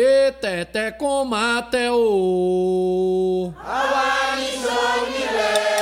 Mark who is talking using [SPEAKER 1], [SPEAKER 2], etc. [SPEAKER 1] E tete com mate o.
[SPEAKER 2] Hawaii, Sony, Lei.
[SPEAKER 1] E E E E